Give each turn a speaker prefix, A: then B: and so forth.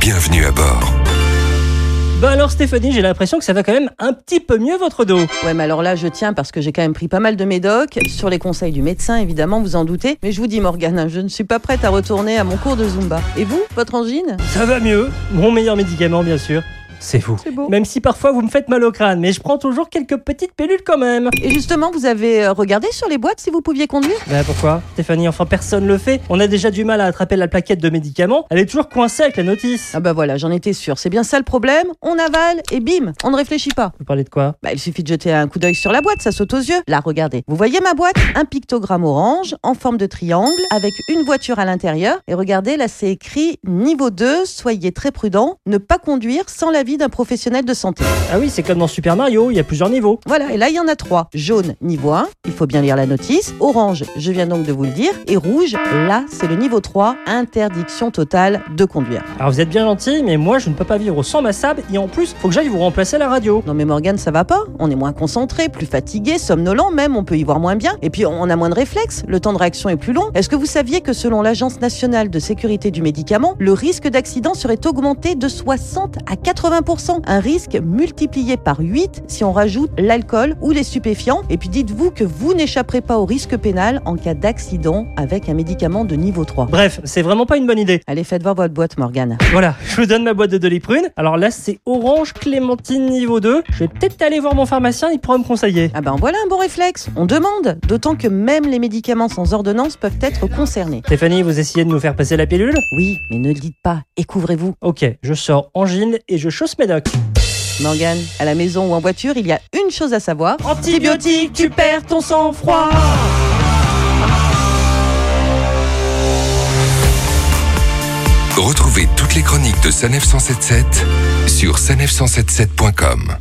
A: Bienvenue à bord.
B: Bah alors Stéphanie, j'ai l'impression que ça va quand même un petit peu mieux votre dos.
C: Ouais, mais alors là, je tiens parce que j'ai quand même pris pas mal de médocs, sur les conseils du médecin, évidemment, vous en doutez. Mais je vous dis, Morgane, je ne suis pas prête à retourner à mon cours de Zumba. Et vous, votre angine
B: Ça va mieux. Mon meilleur médicament bien sûr. C'est vous.
C: C'est beau.
B: Même si parfois vous me faites mal au crâne, mais je prends toujours quelques petites pilules quand même.
C: Et justement, vous avez euh, regardé sur les boîtes si vous pouviez conduire
B: Bah pourquoi Stéphanie, enfin personne le fait. On a déjà du mal à attraper la plaquette de médicaments. Elle est toujours coincée avec la notice.
C: Ah bah voilà, j'en étais sûre. C'est bien ça le problème. On avale et bim, on ne réfléchit pas.
B: Vous parlez de quoi
C: Bah, il suffit de jeter un coup d'œil sur la boîte, ça saute aux yeux. Là, regardez. Vous voyez ma boîte Un pictogramme orange en forme de triangle avec une voiture à l'intérieur. Et regardez, là, c'est écrit niveau 2, soyez très prudent, ne pas conduire sans l'avis d'un professionnel de santé.
B: Ah oui, c'est comme dans Super Mario, il y a plusieurs niveaux.
C: Voilà, et là, il y en a trois. Jaune, niveau 1, il faut bien lire la notice. Orange, je viens donc de vous le dire. Et rouge, là, c'est le niveau 3, interdiction totale de conduire.
B: Alors vous êtes bien gentil, mais moi je ne peux pas vivre sans ma sable et en plus, faut que j'aille vous remplacer à la radio.
C: Non mais Morgane, ça va pas On est moins concentré, plus fatigué, somnolent même, on peut y voir moins bien. Et puis on a moins de réflexes, le temps de réaction est plus long. Est-ce que vous saviez que selon l'Agence nationale de sécurité du médicament, le risque d'accident serait augmenté de 60 à 80% Un risque multiplié par 8 si on rajoute l'alcool ou les stupéfiants. Et puis dites-vous que vous n'échapperez pas au risque pénal en cas d'accident avec un médicament de niveau 3.
B: Bref, c'est vraiment pas une bonne idée.
C: Allez, faites voir votre boîte, Morgane.
B: Voilà, je vous donne ma boîte de doliprune. Alors là, c'est orange clémentine niveau 2. Je vais peut-être aller voir mon pharmacien, il pourra me conseiller.
C: Ah ben voilà un bon réflexe, on demande, d'autant que même les médicaments sans ordonnance peuvent être concernés.
B: Stéphanie, vous essayez de nous faire passer la pilule
C: Oui, mais ne le dites pas et couvrez-vous.
B: Ok, je sors angine et je chausse mes docs.
C: Morgane, à la maison ou en voiture, il y a une chose à savoir.
B: Antibiotiques, tu perds ton sang-froid
A: Retrouvez toutes les chroniques de Sanef 177 sur sanef177.com.